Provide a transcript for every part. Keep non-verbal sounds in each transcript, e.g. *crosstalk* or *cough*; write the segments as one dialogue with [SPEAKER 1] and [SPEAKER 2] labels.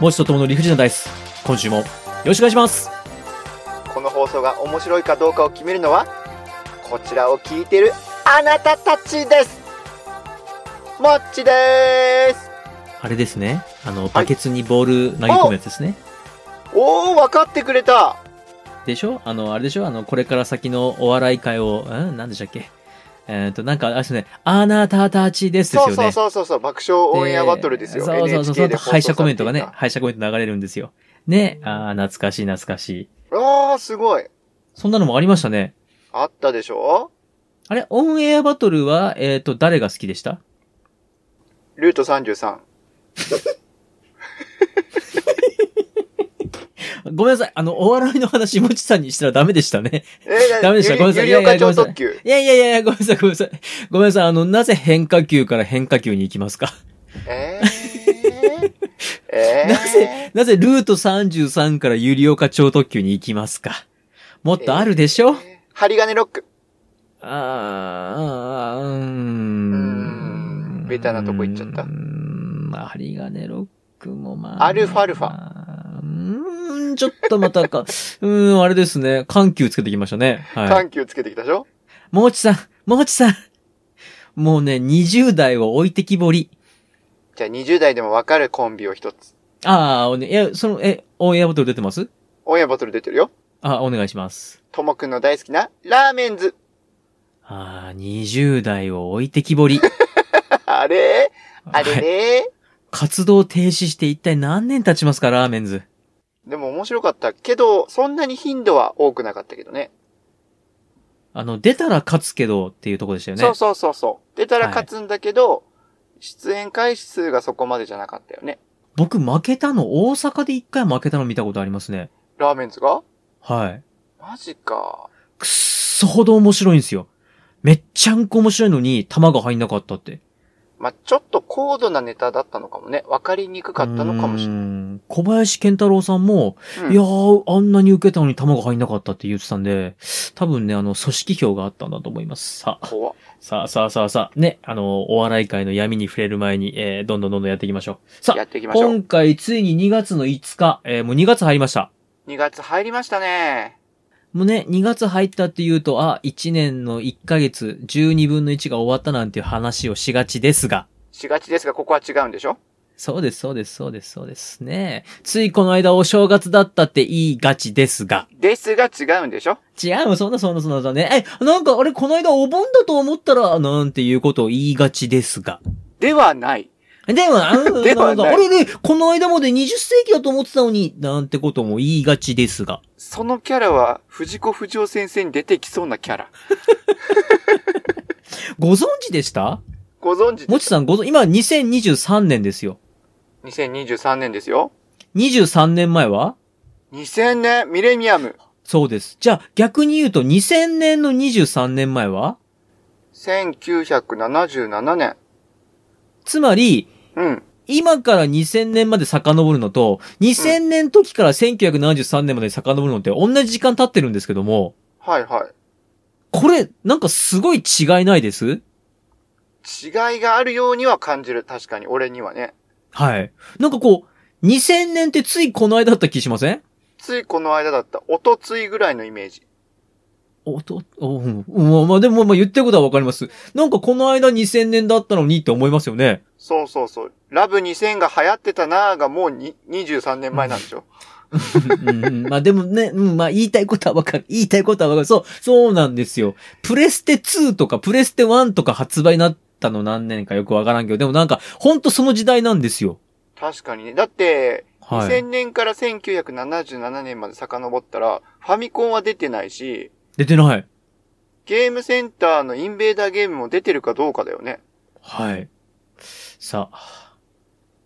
[SPEAKER 1] もちとともの理不尽なダイス。今週もよろしくお願いします。
[SPEAKER 2] この放送が面白いかどうかを決めるのはこちらを聞いてるあなたたちですもっちです
[SPEAKER 1] あれですね。あの、バケツにボール投げ込むやつですね。
[SPEAKER 2] おお分かってくれた
[SPEAKER 1] でしょあの、あれでしょあの、これから先のお笑い会を、うん何でしたっけえっ、と、なんか、あれですね。あなたたちですですよ
[SPEAKER 2] そう
[SPEAKER 1] ね。
[SPEAKER 2] そうそうそうそう爆笑オンエアバトルですよ、
[SPEAKER 1] そうそうそう
[SPEAKER 2] NHK で放送され
[SPEAKER 1] 敗者コメントが
[SPEAKER 2] て
[SPEAKER 1] ね
[SPEAKER 2] い、た
[SPEAKER 1] 敗者コメント流れるんですよ。ね。ああ、懐かしい懐かしい。
[SPEAKER 2] あーすごい
[SPEAKER 1] そんなのもありましたね。
[SPEAKER 2] あったでしょ
[SPEAKER 1] あれ、オンエアバトルは、えっ、と、誰が好きでした
[SPEAKER 2] ルート33
[SPEAKER 1] ごめんなさい。あの、お笑いの話、もちさんにしたらダメでしたね。
[SPEAKER 2] えー
[SPEAKER 1] ダメでした
[SPEAKER 2] ゆ
[SPEAKER 1] ごめんなさい
[SPEAKER 2] ゆりおか
[SPEAKER 1] いやいや
[SPEAKER 2] 超特急
[SPEAKER 1] いやいやいやいや、ごめんなさい、ごめんなさい。ごめんなさい。あの、なぜ変化球から変化球に行きますか *laughs*
[SPEAKER 2] えーえー
[SPEAKER 1] なぜ、なぜルート33から有料化超特急に行きますかもっとあるでしょ、
[SPEAKER 2] 針金ロック
[SPEAKER 1] あー、あー、うー
[SPEAKER 2] うー
[SPEAKER 1] ん
[SPEAKER 2] んベタなとこ行っちゃった
[SPEAKER 1] うーん、針金ロックもまあ。
[SPEAKER 2] アルファルファ
[SPEAKER 1] うーん、ちょっとまたか、 *laughs* うーん、あれですね。緩急つけてきましたね。はい。
[SPEAKER 2] 緩急つけてきたでしょ
[SPEAKER 1] もうちさん、もうちさん。もうね、20代を置いてきぼり。
[SPEAKER 2] じゃあ20代でもわかるコンビを一つ
[SPEAKER 1] ああ、おね、いや、その、え、オンエアボトル出てます
[SPEAKER 2] オンエアバトル出てるよ
[SPEAKER 1] あ、お願いします。
[SPEAKER 2] ともくんの大好きなラーメンズ。 *laughs*
[SPEAKER 1] ああ、20代を置いてきぼり。
[SPEAKER 2] あれ *laughs* あれ
[SPEAKER 1] はい
[SPEAKER 2] ね、
[SPEAKER 1] 活動停止して一体何年経ちますか、ラーメンズ。
[SPEAKER 2] でも面白かったけど、そんなに頻度は多くなかったけどね。
[SPEAKER 1] あの、出たら勝つけどっていうとこでしたよね。
[SPEAKER 2] そうそうそうそう。出たら
[SPEAKER 1] はい
[SPEAKER 2] 勝つんだけど、出演回数がそこまでじゃなかったよね。
[SPEAKER 1] 僕負けたの、大阪で一回負けたの見たことありますね。
[SPEAKER 2] ラーメンズが
[SPEAKER 1] はい。
[SPEAKER 2] マジか。
[SPEAKER 1] くっそほど面白いんですよ。めっちゃんこ面白いのに、弾が入んなかったって。
[SPEAKER 2] まあ、ちょっと高度なネタだったのかもね。わかりにくかったのかもしれない。
[SPEAKER 1] ない。小林健太郎さんも、
[SPEAKER 2] うん
[SPEAKER 1] いやー、あんなに受けたのに弾が入んなかったって言ってたんで、多分ね、あの、組織票があったんだと思います。さあ、
[SPEAKER 2] 怖っ
[SPEAKER 1] さあ、さあ、さあ、さあ、ね、あの、お笑い界の闇に触れる前に、えー、どんどんどんどんやっていきましょう。さあ、
[SPEAKER 2] やっていきましょう。
[SPEAKER 1] 今回ついに2月の5日、えー、もう2月入りました。
[SPEAKER 2] 2月入りましたね。
[SPEAKER 1] もうね、2月入ったって言うと、あ、1年の1ヶ月、12分の1が終わったなんていう話をしがちですが、
[SPEAKER 2] しがちですが、ここは違うんでしょ
[SPEAKER 1] そうです、そうです、そうです、そうですね。ついこの間お正月だったって言いがちですが、
[SPEAKER 2] ですが違うんでしょ
[SPEAKER 1] 違う、そんな、そんな、そんな、そんなね。え、なんか、あれ、この間お盆だと思ったら、なんていうことを言いがちですが。
[SPEAKER 2] ではない。
[SPEAKER 1] でも、あの
[SPEAKER 2] *laughs* ではない
[SPEAKER 1] なんかあれね、この間まで20世紀だと思ってたのに、なんてことも言いがちですが。
[SPEAKER 2] そのキャラは藤子不二雄先生に出てきそうなキャラ。
[SPEAKER 1] ご存知でした
[SPEAKER 2] ご存知で
[SPEAKER 1] もちさんご存、今2023年ですよ。
[SPEAKER 2] 2023年ですよ。
[SPEAKER 1] 23年前は
[SPEAKER 2] 2000年、ミレニアム。
[SPEAKER 1] そうです。じゃあ、逆に言うと2000年の23年前は
[SPEAKER 2] 1977年。
[SPEAKER 1] つまり、
[SPEAKER 2] うん。
[SPEAKER 1] 今から2000年まで遡るのと、2000年の時から1973年まで遡るのって同じ時間経ってるんですけども、
[SPEAKER 2] はいは
[SPEAKER 1] これ、なんかすごい違いないです
[SPEAKER 2] い。違いがあるようには感じる。確かに、俺にはね。
[SPEAKER 1] はい。なんかこう、2000年ってついこの間だった気しません
[SPEAKER 2] ついこの間だった、おとついぐらいのイメージ。
[SPEAKER 1] おと、おうん、うんまあでも、まあ言ってることはわかります。なんかこの間2000年だったのにって思いますよね。
[SPEAKER 2] そうそうそう。ラブ2000が流行ってたなぁがもうに23年前なんでしょ。
[SPEAKER 1] *laughs* うんうんまあでもね、うん、まあ言いたいことはわかる。言いたいことはわかる。そう、そうなんですよ。プレステ2とかプレステ1とか発売になったの何年かよくわからんけど、でもなんか、ほんとその時代なんですよ。
[SPEAKER 2] 確かにね。だって、
[SPEAKER 1] はい。
[SPEAKER 2] 2000年から1977年まで遡ったら、ファミコンは出てないし、
[SPEAKER 1] 出てない。
[SPEAKER 2] ゲームセンターのインベーダーゲームも出てるかどうかだよね。
[SPEAKER 1] はい。さあ、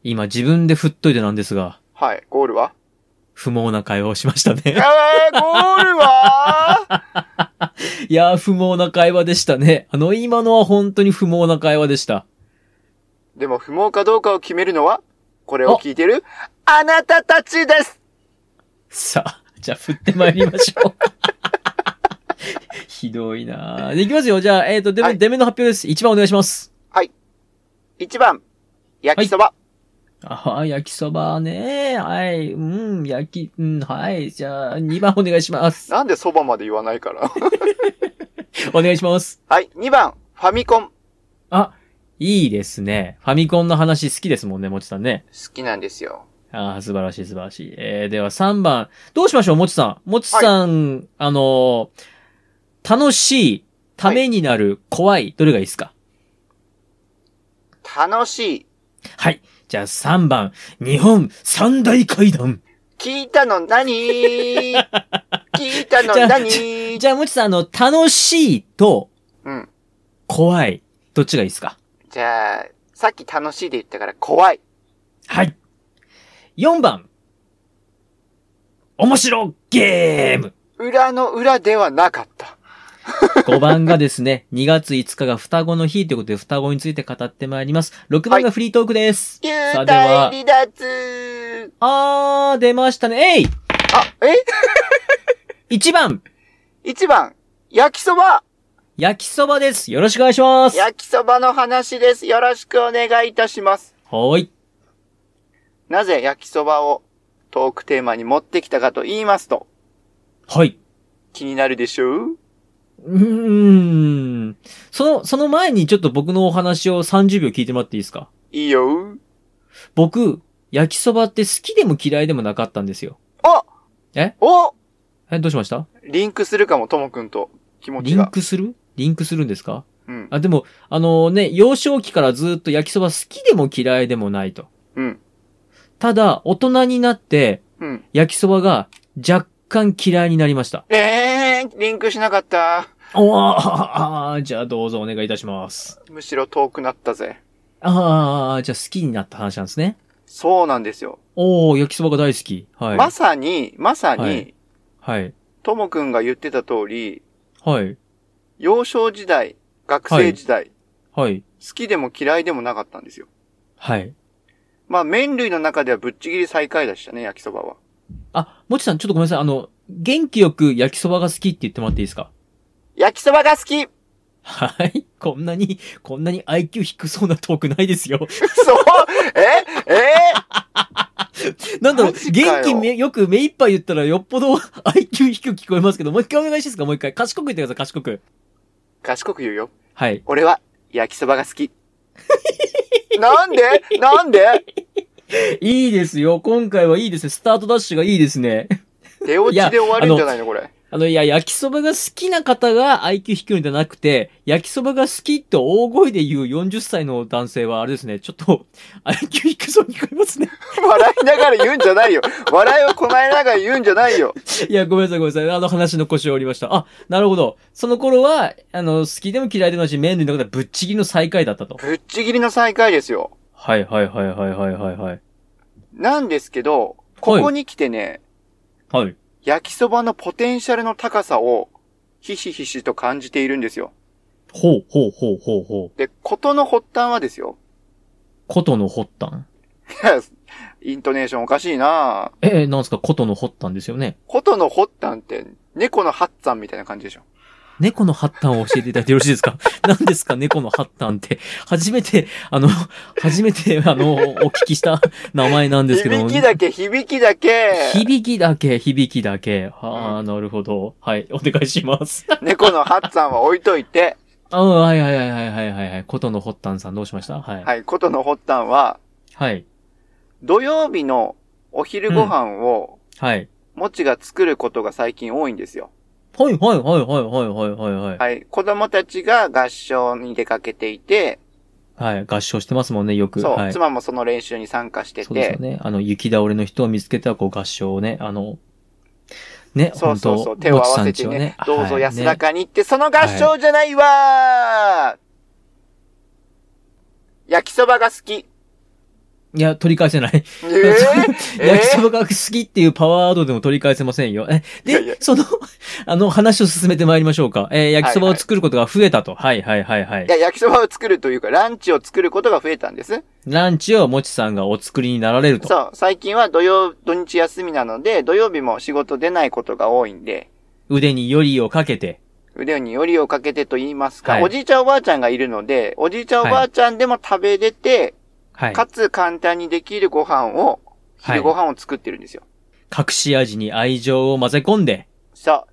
[SPEAKER 1] 今自分で振っといてなんですが、
[SPEAKER 2] はい、ゴールは
[SPEAKER 1] 不毛な会話をしました
[SPEAKER 2] *laughs*
[SPEAKER 1] ね。
[SPEAKER 2] えー、ゴールはい *laughs*
[SPEAKER 1] やー、不毛な会話でしたね。あの、今のは本当に不毛な会話でした。
[SPEAKER 2] でも不毛かどうかを決めるのは、これを聞いてる、あなたたちです
[SPEAKER 1] さあ、じゃあ振ってまいりましょ
[SPEAKER 2] *laughs*
[SPEAKER 1] う。ひどいなーで、いきますよ。じゃあ、えっ、と、デメ、
[SPEAKER 2] はい
[SPEAKER 1] デメの発表です。1番お願いします。
[SPEAKER 2] !1 番、焼きそば。
[SPEAKER 1] ああ、焼きそばね。はい。うん、焼き、うん、はい。じゃあ、2番お願いします。
[SPEAKER 2] なんでそばまで言わないから。 *laughs*
[SPEAKER 1] お願いします。
[SPEAKER 2] はい、2番、ファミコン。
[SPEAKER 1] あ、いいですね。ファミコンの話好きですもんね、もちさんね。
[SPEAKER 2] 好きなんですよ。
[SPEAKER 1] ああ、素晴らしい、素晴らしい。えー、では3番。どうしましょう、もちさん。もちさん、あのー楽しい、ためになる、怖い、どれがいいですか
[SPEAKER 2] 楽しい。
[SPEAKER 1] はい。じゃあ3番。日本三大階段。
[SPEAKER 2] 聞いた
[SPEAKER 1] *laughs*
[SPEAKER 2] の何聞いたの何
[SPEAKER 1] じゃあ、もちさん、あの、楽しいと、
[SPEAKER 2] うん。
[SPEAKER 1] 怖い、どっちがいいですか
[SPEAKER 2] じゃあ、さっき楽しいで言ったから怖い。
[SPEAKER 1] はい。4番。面白ゲーム。
[SPEAKER 2] 裏の裏ではなかった。
[SPEAKER 1] 5番がですね、2月5日が双子の日ということで双子について語ってまいります。6番がフリートークです。
[SPEAKER 2] 流
[SPEAKER 1] さあ
[SPEAKER 2] 体
[SPEAKER 1] では
[SPEAKER 2] 離脱
[SPEAKER 1] あー、出ましたね。えい
[SPEAKER 2] あ、
[SPEAKER 1] 1番、
[SPEAKER 2] え ?1 番、焼きそば
[SPEAKER 1] 焼きそばです。よろしくお願いします。は
[SPEAKER 2] 焼きそばの話です。よろしくお願いいたします。
[SPEAKER 1] ーい。
[SPEAKER 2] なぜ焼きそばをトークテーマに持ってきたかと言いますと、
[SPEAKER 1] はい。
[SPEAKER 2] 気になるでしょう
[SPEAKER 1] うーん。その、その前にちょっと僕のお話を30秒聞いてもらっていいですか
[SPEAKER 2] いいよ。
[SPEAKER 1] 僕、焼きそばって好きでも嫌いでもなかったんですよ。
[SPEAKER 2] あ
[SPEAKER 1] え
[SPEAKER 2] お
[SPEAKER 1] え、どうしました
[SPEAKER 2] リンクするかも、ともくんと気持
[SPEAKER 1] リ
[SPEAKER 2] ち
[SPEAKER 1] ン
[SPEAKER 2] が。
[SPEAKER 1] クするリンクするんですか
[SPEAKER 2] うん。
[SPEAKER 1] あ、でも、あのね、幼少期からずっと焼きそば好きでも嫌いでもないと。
[SPEAKER 2] うん。
[SPEAKER 1] ただ、大人になって、
[SPEAKER 2] うん。
[SPEAKER 1] 焼きそばが若干嫌いになりました。
[SPEAKER 2] えー、リンクしなかった。
[SPEAKER 1] おあー、じゃあどうぞお願いいたします。
[SPEAKER 2] むしろ遠くなったぜ。
[SPEAKER 1] あー、じゃあ好きになった話なんですね。
[SPEAKER 2] そうなんですよ。
[SPEAKER 1] おー、焼きそばが大好き。はい。
[SPEAKER 2] まさに、まさ
[SPEAKER 1] は
[SPEAKER 2] に
[SPEAKER 1] い、はい。
[SPEAKER 2] ともくんが言ってた通り、
[SPEAKER 1] はい。
[SPEAKER 2] 幼少時代、学生時代、
[SPEAKER 1] はい。
[SPEAKER 2] 好きでも嫌いでもなかったんですよ。
[SPEAKER 1] はい。
[SPEAKER 2] まあ、麺類の中ではぶっちぎり最下位でしたね、焼きそばは。
[SPEAKER 1] あ、もちさん、ちょっとごめんなさい。あの、元気よく焼きそばが好きって言ってもらっていいですか
[SPEAKER 2] 焼き *laughs* そばが好き
[SPEAKER 1] はい。こんなに、こんなに IQ 低そうなトークないですよ。
[SPEAKER 2] そうええ
[SPEAKER 1] なんだろう
[SPEAKER 2] マジ、かよ
[SPEAKER 1] 元気めよく目いっぱい言ったらよっぽど IQ 低く聞こえますけど、もう一回お願いしますかもう一回。賢く言ってください、賢く。
[SPEAKER 2] 賢く言うよ。
[SPEAKER 1] はい。
[SPEAKER 2] 俺は、焼きそばが好 *laughs* き。なんでなんで
[SPEAKER 1] いいですよ。今回はいいですね。スタートダッシュがいいですね。
[SPEAKER 2] 手落ちで終わるんじゃないのこれ。
[SPEAKER 1] あの、いや、焼きそばが好きな方が IQ 低いんじゃなくて、焼きそばが好きって大声で言う40歳の男性は、あれですね、ちょっと IQ 低そうに聞こえますね。 *laughs*
[SPEAKER 2] 笑いながら言うんじゃないよ。笑いをこないながら言うんじゃないよ。
[SPEAKER 1] いや、ごめんなさい、ごめんなさい。あの話の腰を折りました。あ、なるほど。その頃は、あの、好きでも嫌いでもなし、麺類の方はぶっちぎりの最下位だったと。
[SPEAKER 2] ぶっちぎりの最下位ですよ。
[SPEAKER 1] はいはいはいはいはいはいはい。
[SPEAKER 2] なんですけど、ここに来てね、
[SPEAKER 1] はい。
[SPEAKER 2] 焼きそばのポテンシャルの高さを、ひしひしと感じているんですよ。
[SPEAKER 1] ほうほうほうほうほう。
[SPEAKER 2] で、ことの発端はですよ。
[SPEAKER 1] ことの発端。
[SPEAKER 2] イントネーションおかしいなぁ
[SPEAKER 1] ええ、なんですかことの発端ですよね。
[SPEAKER 2] ことの発端って、猫の発端みたいな感じでしょ。
[SPEAKER 1] 猫の発端を教えていただいてよろしいですか *laughs* 何ですか猫の発端って。初めて、あの、初めて、あの、お聞きした名前なんですけど
[SPEAKER 2] 響
[SPEAKER 1] も。
[SPEAKER 2] きだけ、響きだけ、
[SPEAKER 1] 響きだけ、響きだけ。はあ、なるほど。はい、お願いします。
[SPEAKER 2] 猫の発端は置いといて、
[SPEAKER 1] あはいはいはいはいはいはいはい。ことの発端さんどうしましたはい。
[SPEAKER 2] はい、ことの発端は、
[SPEAKER 1] はい。
[SPEAKER 2] 土曜日のお昼ご飯を、
[SPEAKER 1] はい。
[SPEAKER 2] もちが作ることが最近多いんですよ。
[SPEAKER 1] はいはいはいはいはいはいはいはい。
[SPEAKER 2] はい。子供たちが合唱に出かけていて、
[SPEAKER 1] はい。合唱してますもんね、よく。
[SPEAKER 2] そう、
[SPEAKER 1] はい。
[SPEAKER 2] 妻もその練習に参加して
[SPEAKER 1] そうですよ、
[SPEAKER 2] て
[SPEAKER 1] ね。あの、雪倒れの人を見つけたら、こう、合唱をね、あの、ね、
[SPEAKER 2] そうそうそ
[SPEAKER 1] 本当
[SPEAKER 2] う、手を合
[SPEAKER 1] もち
[SPEAKER 2] わ
[SPEAKER 1] さ
[SPEAKER 2] せ
[SPEAKER 1] んち
[SPEAKER 2] て
[SPEAKER 1] は
[SPEAKER 2] ね、
[SPEAKER 1] はい
[SPEAKER 2] どうぞ安ら
[SPEAKER 1] ね
[SPEAKER 2] かにって、その合唱じゃないわー焼きそば
[SPEAKER 1] *laughs*
[SPEAKER 2] が好き。
[SPEAKER 1] いや、取り返せない。
[SPEAKER 2] えー
[SPEAKER 1] 焼きそばが好きっていうパワーワードでも取り返せませんよ。え、で、
[SPEAKER 2] いやいや
[SPEAKER 1] その、 *laughs* あの、話を進めてまいりましょうか。えー焼きそば
[SPEAKER 2] は
[SPEAKER 1] を
[SPEAKER 2] いはい
[SPEAKER 1] 作ることが増えたと。はいはいはいはい
[SPEAKER 2] い。や、焼きそばを作るというか、ランチを作ることが増えたんです。
[SPEAKER 1] ランチをもちさんがお作りになられると。
[SPEAKER 2] そう、最近は土曜、土日休みなので、土曜日も仕事出ないことが多いんで、
[SPEAKER 1] 腕によりをかけて。
[SPEAKER 2] 腕によりをかけてと言いますか、
[SPEAKER 1] はい
[SPEAKER 2] おじいちゃんおばあちゃんがいるので、おじいちゃんおばあちゃんでも食べれて、
[SPEAKER 1] はい。
[SPEAKER 2] かつ簡単にできるご飯を、
[SPEAKER 1] はい
[SPEAKER 2] 昼ご飯を作ってるんですよ。
[SPEAKER 1] 隠し味に愛情を混ぜ込んで。
[SPEAKER 2] そう。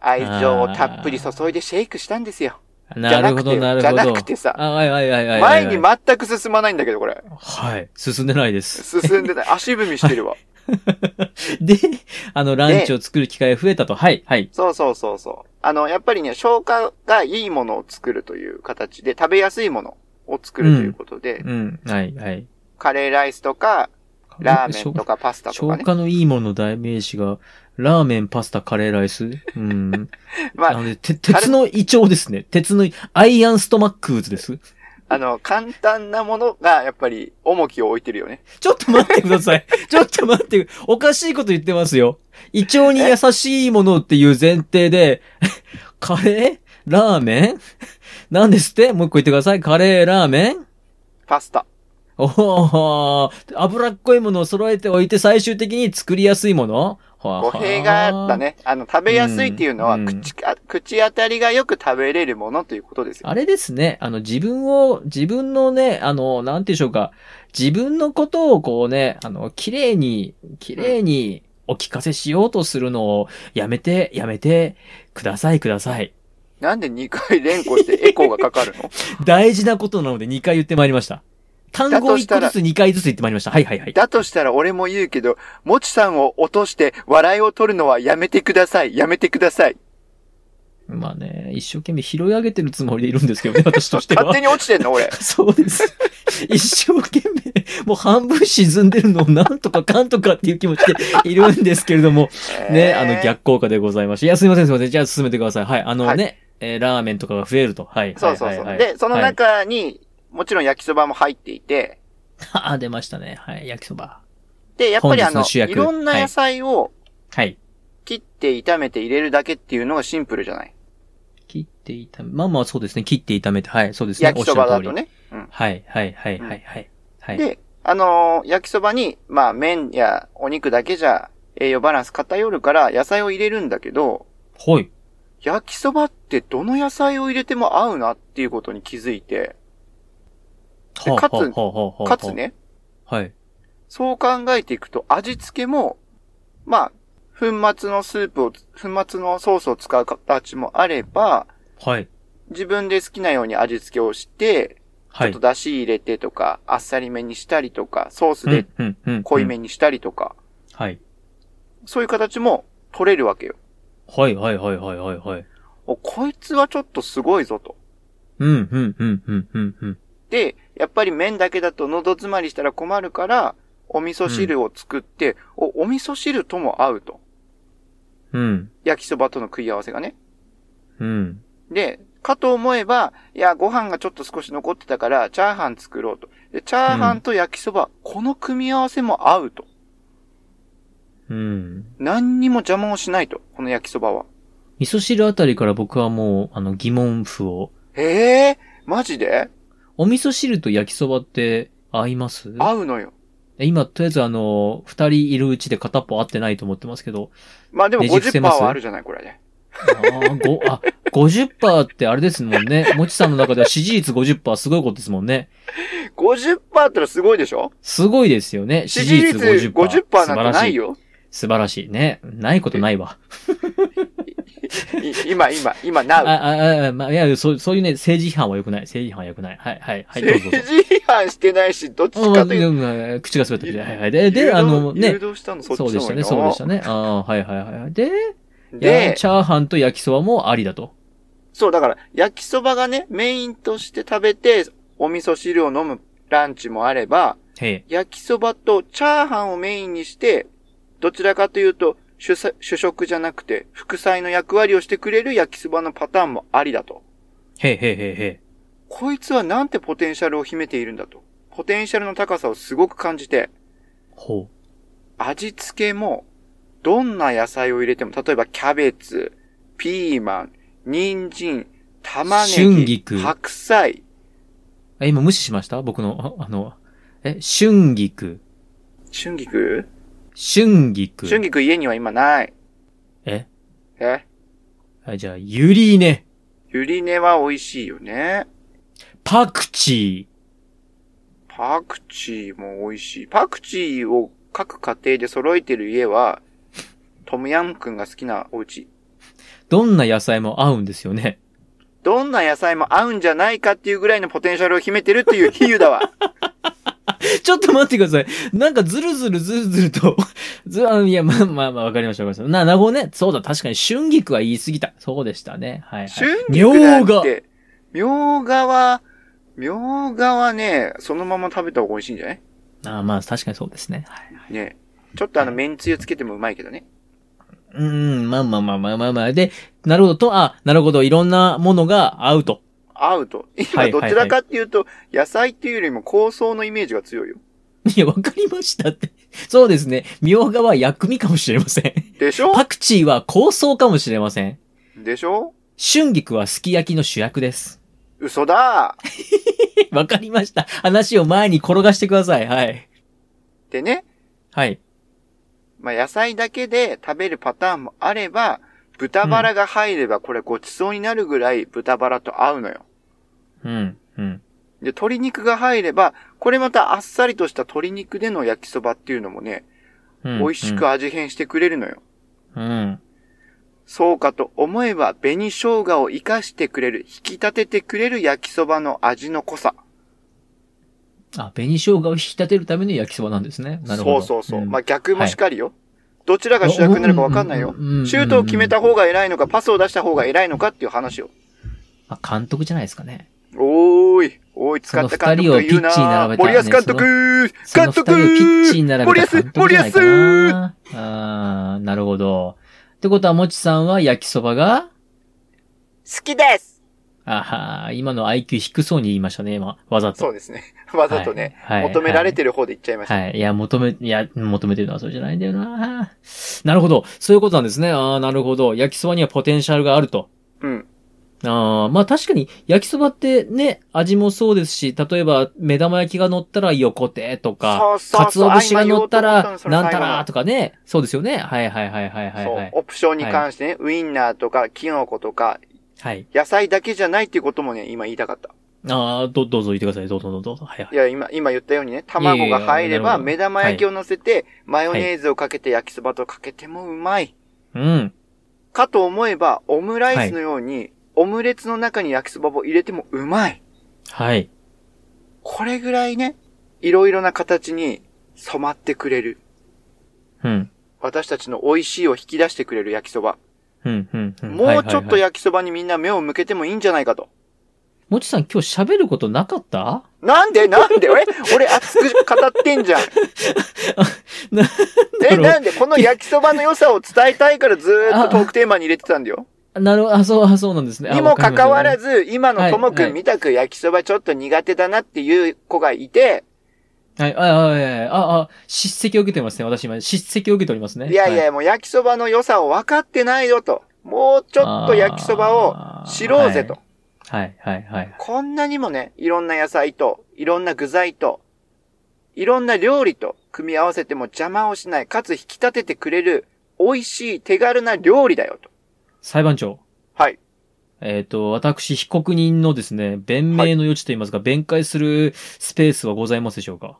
[SPEAKER 2] 愛情をたっぷり注いでシェイクしたんですよ。
[SPEAKER 1] なるほど、
[SPEAKER 2] じ
[SPEAKER 1] な
[SPEAKER 2] ゃなくてよ
[SPEAKER 1] るほど。
[SPEAKER 2] じゃなくてさ
[SPEAKER 1] あ、はいはいはいはいはい。
[SPEAKER 2] 前に全く進まないんだけど、これ。
[SPEAKER 1] はい。進んでない
[SPEAKER 2] *laughs*
[SPEAKER 1] です。
[SPEAKER 2] 進んでない。足踏みし
[SPEAKER 1] *laughs*
[SPEAKER 2] てるわ。
[SPEAKER 1] で、あの、ランチを作る機会が増えたと。はい、はい。
[SPEAKER 2] そうそうそうそう。あの、やっぱりね、消化がいいものを作るという形で、食べやすいものを作るということで、
[SPEAKER 1] うん、はい、はい。
[SPEAKER 2] カレーライスとか、ラーメンとかパスタとか
[SPEAKER 1] 消
[SPEAKER 2] ね。
[SPEAKER 1] 化のいいものの代名詞が、ラーメン、パスタ、カレーライスうん。
[SPEAKER 2] ま
[SPEAKER 1] あ
[SPEAKER 2] あ、
[SPEAKER 1] のね、て鉄の胃腸ですね。鉄の胃、アイアンストマックーズです。
[SPEAKER 2] あの、簡単なものが、やっぱり、重きを置いてるよね。
[SPEAKER 1] ちょっと待ってくだ
[SPEAKER 2] *laughs*
[SPEAKER 1] さい。ちょっと待って、おかしいこと言ってますよ。胃腸に優しいものっていう前提で、カレーラーメン何ですってもう一個言ってください。カレー、ラーメン
[SPEAKER 2] パスタ。
[SPEAKER 1] おお脂っこいものを揃えておいて最終的に作りやすいもの
[SPEAKER 2] 語
[SPEAKER 1] 語
[SPEAKER 2] 弊があった。ね。あの、食べやすいっていうのは、
[SPEAKER 1] うん
[SPEAKER 2] 口か、口当たりがよく食べれるものということですよ。
[SPEAKER 1] あれですね、あの自分を、自分のね、あの、なんていうんでしょうか、自分のことをこうね、あの、綺麗に、綺麗にお聞かせしようとするのをやめて、やめて、ください、ください。
[SPEAKER 2] なんで2回連呼してエコーがかか
[SPEAKER 1] *laughs*
[SPEAKER 2] るの
[SPEAKER 1] 大事なことなので2回言ってまいりました。単語を1個ずつ2回ずつ言ってまいりました。はいはいはい。
[SPEAKER 2] だとしたら俺も言うけど、もちさんを落として笑いを取るのはやめてください。やめてください。
[SPEAKER 1] まあね、一生懸命拾い上げてるつもりでいるんですけ
[SPEAKER 2] *laughs*
[SPEAKER 1] どね、私としては。
[SPEAKER 2] 勝手に落ちてんの俺。
[SPEAKER 1] そうです。一生懸命、もう半分沈んでるのをなんとかかんとかっていう気持ちでいるんですけれども、 *laughs* ね、あの逆効果でございまして。いや、すいません、すいません。じゃあ進めてください。はい、あのね、えーラーメンとかが増えると。はい。
[SPEAKER 2] そうそう
[SPEAKER 1] はい
[SPEAKER 2] そ
[SPEAKER 1] は
[SPEAKER 2] う。
[SPEAKER 1] いはい
[SPEAKER 2] で、その
[SPEAKER 1] はい
[SPEAKER 2] 中に、もちろん焼きそばも入っていて、
[SPEAKER 1] *laughs* あ、出ましたね。はい、焼きそば。
[SPEAKER 2] で、やっぱりあ
[SPEAKER 1] 本日の
[SPEAKER 2] の、
[SPEAKER 1] 主役
[SPEAKER 2] いろんな野菜を
[SPEAKER 1] はい。
[SPEAKER 2] 切って炒めて入れるだけっていうのがシンプルじゃない。
[SPEAKER 1] 切って炒め、まあまあそうですね。切って炒めて、はい、そうですね。
[SPEAKER 2] 焼きそば
[SPEAKER 1] おっしゃ
[SPEAKER 2] だ
[SPEAKER 1] る通り。
[SPEAKER 2] とね。
[SPEAKER 1] はい、はい、はい、はい、はい。はい。
[SPEAKER 2] で、あのー焼きそばに、まあ、麺やお肉だけじゃ栄養バランス偏るから野菜を入れるんだけど、
[SPEAKER 1] ほい。
[SPEAKER 2] 焼きそばってどの野菜を入れても合うなっていうことに気づいて、で
[SPEAKER 1] はあ
[SPEAKER 2] かつ
[SPEAKER 1] はあはあはあはあ
[SPEAKER 2] かつ。ね、
[SPEAKER 1] はい。
[SPEAKER 2] そう考えていくと味付けも、まあ、粉末のスープを、粉末のソースを使う形もあれば、
[SPEAKER 1] はい。
[SPEAKER 2] 自分で好きなように味付けをして、ち
[SPEAKER 1] は
[SPEAKER 2] ょっ
[SPEAKER 1] い
[SPEAKER 2] と。出汁入れてとか、あっさりめにしたりとか、ソースで
[SPEAKER 1] うん、うん、うん
[SPEAKER 2] 濃いめにしたりとか、
[SPEAKER 1] はい。
[SPEAKER 2] そういう形も取れるわけよ。
[SPEAKER 1] はい、はい、はい、はい、はい、はい。
[SPEAKER 2] お、こいつはちょっとすごいぞと。
[SPEAKER 1] うん、うん、うん、うん、うん、うん。
[SPEAKER 2] で、やっぱり麺だけだと喉詰まりしたら困るから、お味噌汁を作って、お、お味噌汁とも合うと。
[SPEAKER 1] うん。
[SPEAKER 2] 焼きそばとの食い合わせがね。
[SPEAKER 1] うん。
[SPEAKER 2] で、かと思えば、いや、ご飯がちょっと少し残ってたから、チャーハン作ろうと。で、チャーハンと焼きそば、この組み合わせも合うと。
[SPEAKER 1] うん。
[SPEAKER 2] 何にも邪魔をしないと、この焼きそばは。
[SPEAKER 1] 味噌汁あたりから僕はもう、あの、疑問符を。
[SPEAKER 2] ええー、マジで
[SPEAKER 1] お味噌汁と焼きそばって合います
[SPEAKER 2] 合うのよ。
[SPEAKER 1] 今、とりあえずあの、二人いるうちで片っぽ合ってないと思ってますけど。
[SPEAKER 2] まあでも
[SPEAKER 1] ねじ伏せ
[SPEAKER 2] 50%
[SPEAKER 1] ます
[SPEAKER 2] はあるじゃない、これね。
[SPEAKER 1] あーご、あ、50%ってあれですもんね。もちさんの中では支持率50%すごいことですもんね。
[SPEAKER 2] 50%ってのはすごいでしょ
[SPEAKER 1] すごいですよね。
[SPEAKER 2] 支持率50%,
[SPEAKER 1] 50%
[SPEAKER 2] なんてない。よ。
[SPEAKER 1] 素晴らしい。素晴らしいね。ないことないわ。
[SPEAKER 2] い今、今、今、
[SPEAKER 1] あ、
[SPEAKER 2] なう。
[SPEAKER 1] あ、あ、まあ、いや、そう、そういうね、政治批判は良くない。政治批判は良くない。はい、はい、はい、どうぞ
[SPEAKER 2] 政
[SPEAKER 1] どうぞ。
[SPEAKER 2] 治批判してないし、どっち
[SPEAKER 1] うんま
[SPEAKER 2] か
[SPEAKER 1] あ
[SPEAKER 2] という
[SPEAKER 1] うん口が滑ったみたい。はいはい。で、
[SPEAKER 2] と。誘
[SPEAKER 1] で、
[SPEAKER 2] 導
[SPEAKER 1] あのね、
[SPEAKER 2] 誘導したのそっち
[SPEAKER 1] そうでしたね、
[SPEAKER 2] の方
[SPEAKER 1] そう
[SPEAKER 2] に
[SPEAKER 1] でしたね。ああー、はいはいはい。で、いや
[SPEAKER 2] で、
[SPEAKER 1] チャーハンと焼きそばもありだと。
[SPEAKER 2] そう、だから、焼きそばがね、メインとして食べて、お味噌汁を飲むランチもあれば、
[SPEAKER 1] へえ。
[SPEAKER 2] 焼きそばとチャーハンをメインにして、どちらかというと、主菜主食じゃなくて、副菜の役割をしてくれる焼きそばのパターンもありだと。
[SPEAKER 1] へえへえへえへえ。
[SPEAKER 2] こいつはなんてポテンシャルを秘めているんだと。ポテンシャルの高さをすごく感じて、
[SPEAKER 1] ほう。
[SPEAKER 2] 味付けも、どんな野菜を入れても、例えばキャベツ、ピーマン、人参、玉
[SPEAKER 1] 春
[SPEAKER 2] ねぎ
[SPEAKER 1] 菊、
[SPEAKER 2] 白菜、
[SPEAKER 1] え、今無視しました僕の、ああの、え、春菊。
[SPEAKER 2] 春菊
[SPEAKER 1] 春菊。
[SPEAKER 2] 春菊家には今ない。
[SPEAKER 1] え
[SPEAKER 2] え
[SPEAKER 1] はい、じゃあ、ゆりね。
[SPEAKER 2] ゆり根は美味しいよね。
[SPEAKER 1] パクチー。
[SPEAKER 2] パクチーも美味しい。パクチーを各家庭で揃えてる家は、トムヤムくんが好きなお家。
[SPEAKER 1] どんな野菜も合うんですよね。 *laughs*
[SPEAKER 2] どんな野菜も合うんじゃないかっていうぐらいのポテンシャルを秘めてるっていう比喩だわ。
[SPEAKER 1] ちょっと待ってください。なんかずるずるずるずると *laughs* ず、あのいや、まあまあまあ、わかりました、わかりました。な、なるほどね。そうだ、確かに春菊は言い過ぎた。そうでしたね。はい、はい。
[SPEAKER 2] 春
[SPEAKER 1] みょ
[SPEAKER 2] 菊だ
[SPEAKER 1] うが
[SPEAKER 2] って、みょうがは、みょうがはね、そのまま食べた方が美味しいんじゃない
[SPEAKER 1] ああまあ、確かにそうですね。はい。
[SPEAKER 2] ねちょっとあの、めんつゆつけてもうまいけどね。
[SPEAKER 1] うん、まあまあまあまあまあまあ。で、なるほどと、あ、なるほど、いろんなものが合うと。 *laughs*
[SPEAKER 2] 合うと。
[SPEAKER 1] は
[SPEAKER 2] 今、
[SPEAKER 1] いは
[SPEAKER 2] ど
[SPEAKER 1] いはい
[SPEAKER 2] ちらかっていうと、野菜っていうよりも香草のイメージが強いよ。
[SPEAKER 1] いや、わかりましたって。 *laughs* そうですね。みょうがは薬味かもしれません。 *laughs*
[SPEAKER 2] でしょ
[SPEAKER 1] パクチーは香草かもしれません。
[SPEAKER 2] でしょ
[SPEAKER 1] 春菊はすき焼きの主役です。 *laughs*
[SPEAKER 2] 嘘だ
[SPEAKER 1] わかりました。話を前に転がしてください。はい。
[SPEAKER 2] でね、
[SPEAKER 1] はい。
[SPEAKER 2] まあ、野菜だけで食べるパターンもあれば、豚バラが入ればこれごちそうになるぐらい豚バラと合うのよ。
[SPEAKER 1] うん、うん。
[SPEAKER 2] で、鶏肉が入れば、これまたあっさりとした鶏肉での焼きそばっていうのもね、
[SPEAKER 1] うん
[SPEAKER 2] 美味しく味変してくれるのよ。
[SPEAKER 1] うん。
[SPEAKER 2] そうかと思えば、紅生姜を活かしてくれる、引き立ててくれる焼きそばの味の濃さ。
[SPEAKER 1] あ、紅生姜を引き立てるための焼きそばなんですね。なるほ
[SPEAKER 2] そ
[SPEAKER 1] ど。
[SPEAKER 2] うそうそう。
[SPEAKER 1] ん
[SPEAKER 2] まあ、逆もしかりよ。どちらが主役になるかわかんないよ
[SPEAKER 1] うんうんうんうんうん。
[SPEAKER 2] シュートを決めた方が偉いのか、パスを出した方が偉いのかっていう話を。
[SPEAKER 1] まあ、監督じゃないですかね。
[SPEAKER 2] おーい、おーい、使った監督と言うな
[SPEAKER 1] その二人をピ
[SPEAKER 2] 森
[SPEAKER 1] ッ
[SPEAKER 2] 保
[SPEAKER 1] チに並べた
[SPEAKER 2] 監督
[SPEAKER 1] その二
[SPEAKER 2] 監
[SPEAKER 1] 人を
[SPEAKER 2] 督
[SPEAKER 1] ピッチに並べた監督じゃないか
[SPEAKER 2] 森保
[SPEAKER 1] な。あーなるほど。ってことは、もちさんは焼きそばが
[SPEAKER 2] 好きです
[SPEAKER 1] あはー今の IQ 低そうに言いましたね、今。わざと。
[SPEAKER 2] そうですね。 *laughs* わざとね、
[SPEAKER 1] はい、はい
[SPEAKER 2] 求められてる方で言っちゃいました。
[SPEAKER 1] はい。いや、求め、いや、求めてるのはそれじゃないんだよな。なるほど。そういうことなんですね。ああ、なるほど。焼きそばにはポテンシャルがあると。
[SPEAKER 2] うん。
[SPEAKER 1] ああ、まあ確かに焼きそばってね、味もそうですし、例えば目玉焼きが乗ったら横手とか、
[SPEAKER 2] そうそうそう
[SPEAKER 1] 鰹節が乗った
[SPEAKER 2] あ今言お
[SPEAKER 1] ら
[SPEAKER 2] うと思ったのそれ
[SPEAKER 1] なんた
[SPEAKER 2] 最後
[SPEAKER 1] ら
[SPEAKER 2] の
[SPEAKER 1] とかね。そうですよね。はいはいはいはいはい、
[SPEAKER 2] そ
[SPEAKER 1] は
[SPEAKER 2] う
[SPEAKER 1] い。。
[SPEAKER 2] オプションに関してね、ウインナーとか、キノコとか、
[SPEAKER 1] はい。
[SPEAKER 2] 野菜だけじゃないっていうこともね、今言いたかった。
[SPEAKER 1] ああ、ど、どうぞ言ってください。どうぞどうぞ。はいはい
[SPEAKER 2] い。や、今、今言ったようにね、
[SPEAKER 1] いや
[SPEAKER 2] 卵
[SPEAKER 1] いや
[SPEAKER 2] が入れ
[SPEAKER 1] なる
[SPEAKER 2] ば、
[SPEAKER 1] ほど
[SPEAKER 2] 目玉焼きを乗せて、マヨネーズをかけて焼きそばとかけてもうまい。
[SPEAKER 1] うん。
[SPEAKER 2] かと思えば、オムライスのように、オムレツの中に焼きそばを入れてもうまい。
[SPEAKER 1] はい。
[SPEAKER 2] これぐらいね、いろいろな形に染まってくれる。
[SPEAKER 1] うん。
[SPEAKER 2] 私たちの美味しいを引き出してくれる焼きそば。
[SPEAKER 1] うん、うん、うん。
[SPEAKER 2] もうちょっと
[SPEAKER 1] や、
[SPEAKER 2] 焼きそばにみんな目を向けてもいいんじゃないかと。
[SPEAKER 1] もちさん今日喋ることなかった
[SPEAKER 2] なんでなんでえ俺熱く語っ
[SPEAKER 1] *laughs*
[SPEAKER 2] てんじゃん。
[SPEAKER 1] な、
[SPEAKER 2] え、
[SPEAKER 1] だろ
[SPEAKER 2] なんでこの焼きそばの良さを伝えたいからずーっとトークテーマに入れてたんだよ。
[SPEAKER 1] うなるほど、あ、そう、あ、 *laughs* そうなんですね。あ
[SPEAKER 2] にもかかわら
[SPEAKER 1] ず。
[SPEAKER 2] ず、今のとも
[SPEAKER 1] は
[SPEAKER 2] く
[SPEAKER 1] い
[SPEAKER 2] んみたく焼きそばちょっと苦手だなっていう子がいて、
[SPEAKER 1] はい、あ、あ、あ、あ、あ、叱責を受けてますね。私今、叱責を受けておりますね。
[SPEAKER 2] いやい
[SPEAKER 1] は
[SPEAKER 2] や、もう焼きそばの良さを分かってないよと。もうちょっと焼きそばを知ろうぜと。。
[SPEAKER 1] あーはい、はい、はいはい。
[SPEAKER 2] こんなにもね、いろんな野菜と、いろんな具材と、いろんな料理と組み合わせても邪魔をしない、かつ引き立ててくれる、美味しい手軽な料理だよと。
[SPEAKER 1] 裁判長。
[SPEAKER 2] はい。
[SPEAKER 1] えっ、と、私、被告人のですね、弁明の余地といいますか、弁解するスペースはございますでしょうか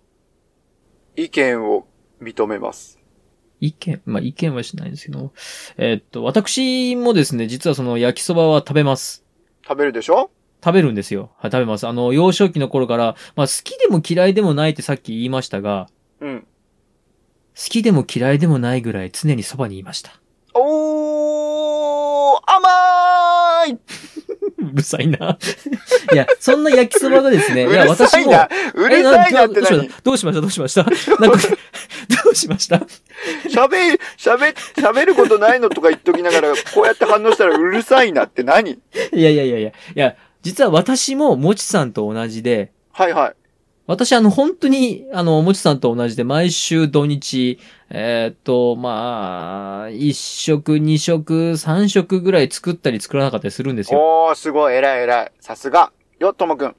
[SPEAKER 2] 意見を認めます。
[SPEAKER 1] 意見、まあ、意見はしないんですけど、えっ、と、私もですね、実はその焼きそばは食べます。
[SPEAKER 2] 食べるでしょ
[SPEAKER 1] 食べるんですよ。はい、食べます。あの、幼少期の頃から、まあ、好きでも嫌いでもないってさっき言いましたが、
[SPEAKER 2] うん。
[SPEAKER 1] 好きでも嫌いでもないぐらい常にそばにいました。 *laughs*
[SPEAKER 2] おー甘いう
[SPEAKER 1] るさい
[SPEAKER 2] *laughs*
[SPEAKER 1] な。いや、そんな焼きそばがですね、
[SPEAKER 2] う
[SPEAKER 1] いや、
[SPEAKER 2] るさいなうるさいなって
[SPEAKER 1] え
[SPEAKER 2] 何
[SPEAKER 1] などうしましたどうしましたどうしましたなんか、どうしました
[SPEAKER 2] 喋、喋、喋ることないのとか言っときながら、こうやって反応したらうるさいなって何
[SPEAKER 1] いやいやいやいや、いや、実は私ももちさんと同じで、
[SPEAKER 2] はいはい。
[SPEAKER 1] 私、あの、本当に、あの、もちさんと同じで、毎週土日、えーっと、まあ、一食、二食、三食ぐらい作ったり作らなかったりするんですよ。
[SPEAKER 2] おー、すごい、偉い偉い。さすが。よ、ともくん。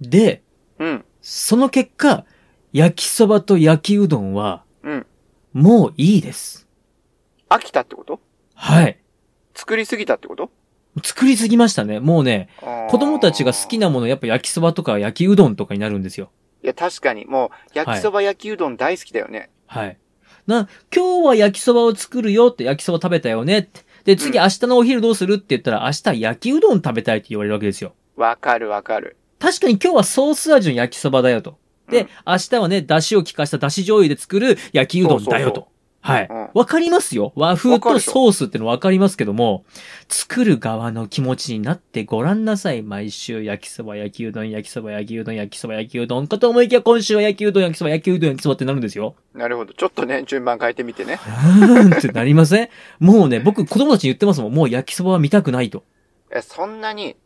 [SPEAKER 1] で、
[SPEAKER 2] うん。
[SPEAKER 1] その結果、焼きそばと焼きうどんは、
[SPEAKER 2] うん。
[SPEAKER 1] もういいです。
[SPEAKER 2] 飽きたってこと
[SPEAKER 1] はい。
[SPEAKER 2] 作りすぎたってこと
[SPEAKER 1] 作りすぎましたね。もうね、
[SPEAKER 2] 子
[SPEAKER 1] 子供たちが好き
[SPEAKER 2] な。
[SPEAKER 1] なもの、やっぱ焼きそばとか焼きうどんとかになるんですよ。
[SPEAKER 2] いや、確かに、もう、焼きそば、焼きうどん大好きだよね。
[SPEAKER 1] はい。な、今日は焼きそばを作るよって、焼きそば食べたよねって。で、次
[SPEAKER 2] うん
[SPEAKER 1] 明日のお昼どうするって言ったら、明日焼きうどん食べたいって言われるわけですよ。
[SPEAKER 2] わかるわかる。
[SPEAKER 1] 確かに今日はソース味の焼きそばだよと。で、
[SPEAKER 2] うん
[SPEAKER 1] 明日はね、出汁を効かした出汁醤油で作る焼きうどんだよと。
[SPEAKER 2] そうそうそ
[SPEAKER 1] はい。
[SPEAKER 2] うん
[SPEAKER 1] わ、かりますよ。和風
[SPEAKER 2] わかる
[SPEAKER 1] と
[SPEAKER 2] でしょ
[SPEAKER 1] ソースってのわかりますけども、作る側の気持ちになってご覧なさい。毎週焼きそば、焼きうどん、焼きそば、焼きうどん、焼きそば、焼きうどんかと思いきや、今週は焼きうどん、焼きそば、焼きうどん、焼きそばってなるんですよ。
[SPEAKER 2] なるほど。ちょっとね、順番変えてみてね。
[SPEAKER 1] なんってなりませんもうね、僕子供たちに言ってますもん。もう焼きそばは見たくないと。
[SPEAKER 2] え、そんなに、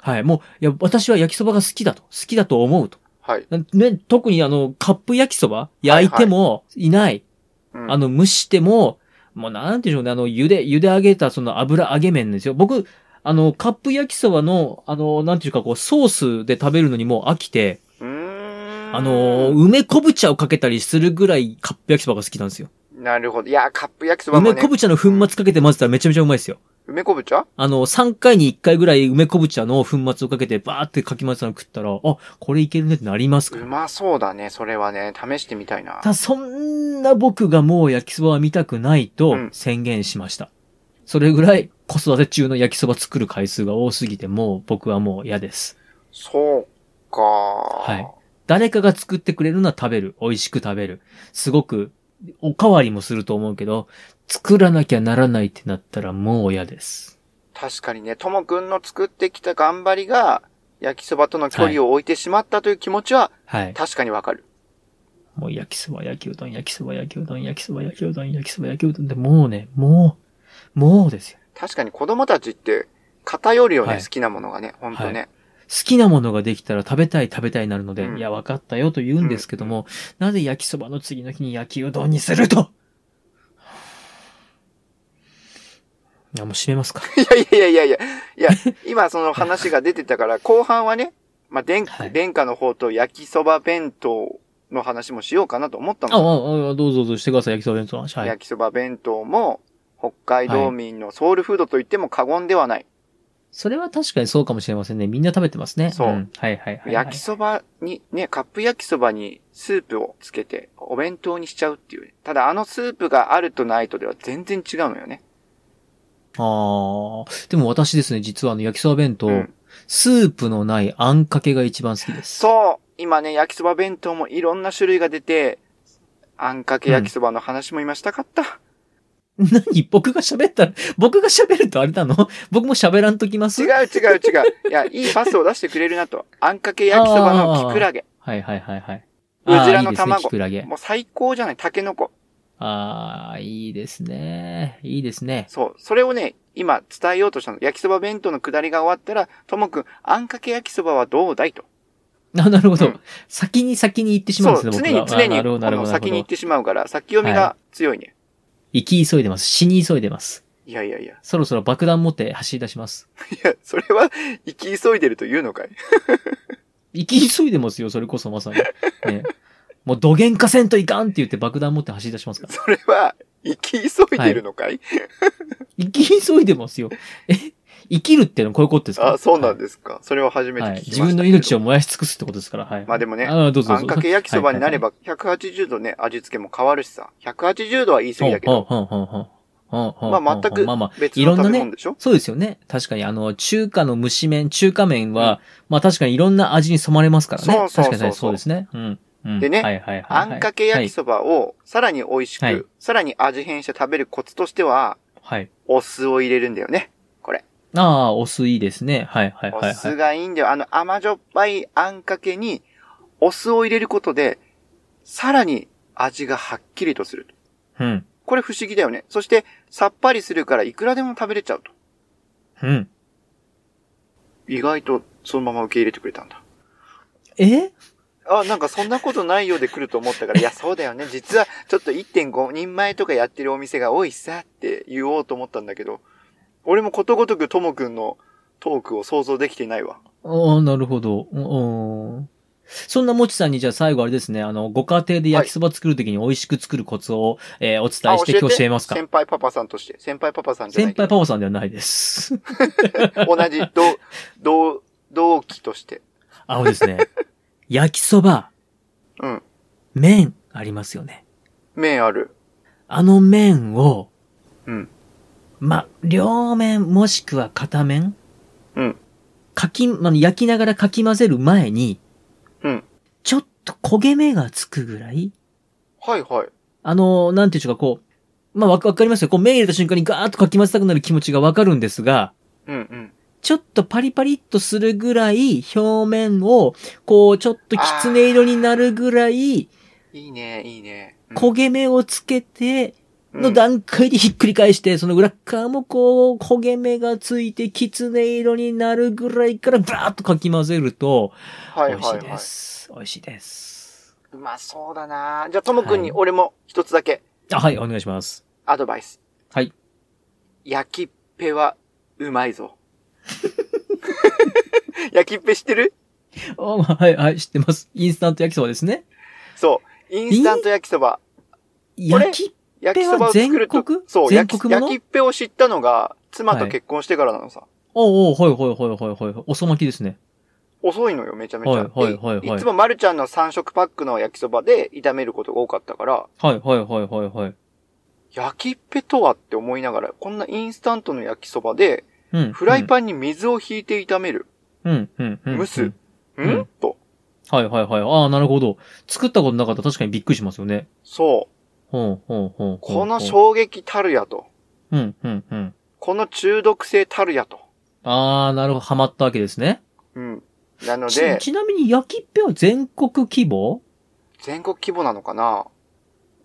[SPEAKER 1] はい。もう、いや、私は焼きそばが好きだと。好きだと思うと。
[SPEAKER 2] はい。
[SPEAKER 1] なね、特にあの、カップ焼きそば焼いてもいない。
[SPEAKER 2] うん、
[SPEAKER 1] あの、蒸しても、もうなんていうんでしょうね。あの、茹で、茹で上げたその油揚げ麺ですよ。僕、あの、カップ焼きそばの、あの、なんていうかこう、ソースで食べるのにもう飽きて、
[SPEAKER 2] うーん。
[SPEAKER 1] あの、梅昆布茶をかけたりするぐらいカップ焼きそばが好きなんですよ。
[SPEAKER 2] なるほど。いや、カップ焼きそばも
[SPEAKER 1] 梅
[SPEAKER 2] ね
[SPEAKER 1] 昆、布茶の粉末かけて混ぜたらめちゃめちゃうまいですよ。
[SPEAKER 2] 梅昆布茶
[SPEAKER 1] あの、3回に1回ぐらい梅昆布茶の粉末をかけてバーってかき混ぜたの食ったら、あ、これいけるねってなりますから。
[SPEAKER 2] うまそうだね。それはね、試してみたいな。
[SPEAKER 1] ただ、そんな僕がもう焼きそばは見たくないと
[SPEAKER 2] うん
[SPEAKER 1] 宣言しました。それぐらい子育て中の焼きそば作る回数が多すぎて、もう僕はもう嫌です。。
[SPEAKER 2] そうかはい
[SPEAKER 1] 誰かが作ってくれるのは食べる。美味しく食べる。すごく、おかわりもすると思うけど、作らなきゃならないってなったらもう嫌です。
[SPEAKER 2] 確かにね、ともくんの作ってきた頑張りが、焼きそばとの距離を置いてしまったという気持ちは、
[SPEAKER 1] はい。
[SPEAKER 2] 確かにわかる。
[SPEAKER 1] もう焼きそば、焼きうどん、焼きそば、焼きうどん、焼きそば、焼きうどん、焼きそば、焼きうどんってもうね、もう、もうですよ。
[SPEAKER 2] 確かに子供たちって、偏るよね、
[SPEAKER 1] はい
[SPEAKER 2] 好きなものがね、ほんとね。
[SPEAKER 1] 好きなものができたら食べたい食べたいになるので、
[SPEAKER 2] うん
[SPEAKER 1] いや、わかったよと言うんですけども、なぜ焼きそばの次の日に焼きうどんにするといや、もう閉め
[SPEAKER 2] *laughs*
[SPEAKER 1] ますか。
[SPEAKER 2] い、やいやいやいやいや、いや、今その話が出てたから、後半はね、まあ、殿下、
[SPEAKER 1] はい
[SPEAKER 2] 殿下の方と焼きそば弁当の話もしようかなと思った
[SPEAKER 1] あ、あ、あ
[SPEAKER 2] の。
[SPEAKER 1] どうぞどうぞしてください、焼きそば弁当の話。はい。
[SPEAKER 2] 焼きそば弁当も、北海道民のソウルフードと言っても過言ではない。
[SPEAKER 1] それは確かにそうかもしれませんね。みんな食べてますね。
[SPEAKER 2] そうん
[SPEAKER 1] はいはいはい、はい。
[SPEAKER 2] 焼きそばに、ね、カップ焼きそばにスープをつけて、お弁当にしちゃうっていう。ただあのスープがあるとないとでは全然違うのよね。
[SPEAKER 1] あーでも私ですね、実はあの、焼きそば弁当、
[SPEAKER 2] うん
[SPEAKER 1] スープのないあんかけが一番好きです。 *laughs*
[SPEAKER 2] そう今ね、焼きそば弁当もいろんな種類が出て、あんかけ焼きそばの話も今したかった。
[SPEAKER 1] 何僕が喋ったら、僕が喋るとあれなの *laughs* 僕も喋らんときます
[SPEAKER 2] 違う違う違う。いや、いいパスを出してくれるなと。あんかけ焼きそばのきくらげ。
[SPEAKER 1] はいはいはいはい。
[SPEAKER 2] うずら
[SPEAKER 1] あーいいです
[SPEAKER 2] の
[SPEAKER 1] ね
[SPEAKER 2] 卵
[SPEAKER 1] キクラゲ。
[SPEAKER 2] もう最高じゃない、タケノコ。
[SPEAKER 1] ああ、いいですね。いいですね。 *laughs*
[SPEAKER 2] そう。それをね、今伝えようとしたの。焼きそば弁当のくだりが終わったら、ともくん、あんかけ焼きそばはどうだいと。
[SPEAKER 1] あ、なるほど。
[SPEAKER 2] うん
[SPEAKER 1] 先に先に行ってしま
[SPEAKER 2] そ
[SPEAKER 1] うん
[SPEAKER 2] う、
[SPEAKER 1] です
[SPEAKER 2] 常
[SPEAKER 1] ね、
[SPEAKER 2] に
[SPEAKER 1] 僕が
[SPEAKER 2] 常
[SPEAKER 1] あ
[SPEAKER 2] に、
[SPEAKER 1] なるほ
[SPEAKER 2] こ
[SPEAKER 1] ど、なるほ
[SPEAKER 2] の
[SPEAKER 1] ど。なるほ
[SPEAKER 2] 先
[SPEAKER 1] ど
[SPEAKER 2] に行ってしまうから、先読みが強いね。
[SPEAKER 1] 行き急いでます。死に急いでます。
[SPEAKER 2] い、やいやいや。
[SPEAKER 1] そろそろ爆弾持って走り出します。
[SPEAKER 2] いや、それは、行き急いでるというのかい。 *laughs*
[SPEAKER 1] 行き急いでますよ、それこそまさに。ね。もう、どげんかせんといかんって言って爆弾持って走り出しますから。
[SPEAKER 2] それは、行き急いでるのかい、
[SPEAKER 1] 行き急いでますよ。え生きるってのはこういうことですか
[SPEAKER 2] あ、そうなん
[SPEAKER 1] で
[SPEAKER 2] ですか。それを初めて
[SPEAKER 1] はい。は
[SPEAKER 2] 聞きま
[SPEAKER 1] い。
[SPEAKER 2] したけ
[SPEAKER 1] 自
[SPEAKER 2] ど、
[SPEAKER 1] 分の命を燃やし尽くすってことですから、はい。
[SPEAKER 2] まあでもね
[SPEAKER 1] あーどうぞどうぞ。
[SPEAKER 2] あんかけ焼きそばになれ
[SPEAKER 1] ば
[SPEAKER 2] ば、180度ね、味付けも変わるしさ。180度は言い過ぎだけど。ま
[SPEAKER 1] ま
[SPEAKER 2] あ全く
[SPEAKER 1] まあまあ、
[SPEAKER 2] 別
[SPEAKER 1] い
[SPEAKER 2] の
[SPEAKER 1] ろんな
[SPEAKER 2] 食べ
[SPEAKER 1] ね
[SPEAKER 2] 物でしょ、
[SPEAKER 1] そうですよね。確かに、あの、中華の蒸し麺、中華麺は、まあ確かにいろんな味に染まれますからね。
[SPEAKER 2] そうそうそうそう
[SPEAKER 1] 確かにそうですね。うん。うん
[SPEAKER 2] でね
[SPEAKER 1] はいはいはい
[SPEAKER 2] あ
[SPEAKER 1] はい。
[SPEAKER 2] んかけ焼きそばをさらに美味しく、
[SPEAKER 1] はい
[SPEAKER 2] さらに味変して食べるコツとしては、
[SPEAKER 1] はい。はい。
[SPEAKER 2] お酢を入れるんだよね。これ。
[SPEAKER 1] ああ、お酢いいですね。はいはいはい、
[SPEAKER 2] お
[SPEAKER 1] は
[SPEAKER 2] 酢
[SPEAKER 1] い。
[SPEAKER 2] がいいんだよ。あの甘じょっぱいあんかけに、お酢を入れることで、さらに味がはっきりとすると。
[SPEAKER 1] うん。
[SPEAKER 2] これ不思議だよね。そして、さっぱりするからいくらでも食べれちゃうと。
[SPEAKER 1] うん。
[SPEAKER 2] 意外とそのまま受け入れてくれたんだ。
[SPEAKER 1] え
[SPEAKER 2] あ、なんかそんなことないようで来ると思ったから、いや、そうだよね。実は、ちょっと1.5人前とかやってるお店が多いさって言おうと思ったんだけど、俺もことごとくともくんのトークを想像できてないわ。
[SPEAKER 1] ああ、なるほど。うんうん。そんなもちさんにじゃあ最後あれですね、あの、ご家庭で焼きそば作るときに美味しく作るコツを、えーお伝えして
[SPEAKER 2] あ
[SPEAKER 1] 今日教えますか
[SPEAKER 2] 先輩パパさんとして。先輩パパさんじゃな
[SPEAKER 1] 先
[SPEAKER 2] いけ
[SPEAKER 1] 輩
[SPEAKER 2] ど。
[SPEAKER 1] パパさんではないです。
[SPEAKER 2] *laughs*
[SPEAKER 1] *laughs*
[SPEAKER 2] 同じ、同、同、同期として。
[SPEAKER 1] あのですね、焼きそば、
[SPEAKER 2] うん。
[SPEAKER 1] 麺ありますよね。
[SPEAKER 2] 麺ある。
[SPEAKER 1] あの麺を、
[SPEAKER 2] うん。
[SPEAKER 1] ま、両面もしくは片面
[SPEAKER 2] うん。
[SPEAKER 1] かき、ま、焼きながらかき混ぜる前に、
[SPEAKER 2] うん。
[SPEAKER 1] ちょっと焦げ目がつくぐらい、
[SPEAKER 2] はいはい。
[SPEAKER 1] あの、なんていうんでしょうか、こう、まあ、わかわかりますよ。こう、麺入れた瞬間にガーッとかき混ぜたくなる気持ちがわかるんですが、
[SPEAKER 2] うんうん。
[SPEAKER 1] ちょっとパリパリっとするぐらい、表面を、こう、ちょっときつね色になるぐらい、
[SPEAKER 2] いいね、いいね。うん
[SPEAKER 1] 焦げ目をつけて、
[SPEAKER 2] う
[SPEAKER 1] の
[SPEAKER 2] ん
[SPEAKER 1] 段階でひっくり返して、その裏っ側もこう、焦げ目がついて、きつね色になるぐらいから、ブラーっとかき混ぜると、
[SPEAKER 2] は
[SPEAKER 1] 美
[SPEAKER 2] い
[SPEAKER 1] 味し
[SPEAKER 2] はい
[SPEAKER 1] い
[SPEAKER 2] は
[SPEAKER 1] で
[SPEAKER 2] い。
[SPEAKER 1] す。美味しいです。
[SPEAKER 2] うまそうだなじゃあ、ともくんに
[SPEAKER 1] は
[SPEAKER 2] 俺も一つだけ
[SPEAKER 1] あ、はい、お願いします。
[SPEAKER 2] アドバイス。
[SPEAKER 1] はい。
[SPEAKER 2] 焼きっぺはうまいぞ。 *laughs* 焼きっぺ知ってる
[SPEAKER 1] あはい、はい、知ってます。インスタント焼きそばですね。
[SPEAKER 2] そう。インスタント焼きそば。これ
[SPEAKER 1] 焼き、
[SPEAKER 2] 焼きそばを作ると
[SPEAKER 1] 全国、
[SPEAKER 2] そう、
[SPEAKER 1] 全
[SPEAKER 2] 焼き
[SPEAKER 1] 国もの
[SPEAKER 2] 焼きっぺを知ったのが、妻と結婚してからなのさ。
[SPEAKER 1] おうおう、はいはいはいはいはい。おそ巻きですね。
[SPEAKER 2] 遅いのよ、めちゃめちゃ。
[SPEAKER 1] はいはいはいはい
[SPEAKER 2] いつもまるちゃんの3食パックの焼きそばで炒めることが多かったから、
[SPEAKER 1] はいはいはいはいはい。
[SPEAKER 2] 焼きっぺとはって思いながら、こんなインスタントの焼きそばで、
[SPEAKER 1] うん。
[SPEAKER 2] フライパンに水を引いて炒める。
[SPEAKER 1] ン、うん、うん、うん。
[SPEAKER 2] 蒸す
[SPEAKER 1] うん
[SPEAKER 2] うん、
[SPEAKER 1] うん
[SPEAKER 2] と。
[SPEAKER 1] はいはいはい。ああ、なるほど。作ったことなかったら確かにびっくりしますよね。
[SPEAKER 2] そう。
[SPEAKER 1] ほうほうほうほう。
[SPEAKER 2] この衝撃たるやと。
[SPEAKER 1] うん、うん、うん。
[SPEAKER 2] この中毒性たるやと。
[SPEAKER 1] ああ、なるほど。ハマったわけですね。
[SPEAKER 2] うん。なの
[SPEAKER 1] ち、
[SPEAKER 2] で、
[SPEAKER 1] ちなみに焼きっぺは全国規模
[SPEAKER 2] 全国規模なのかな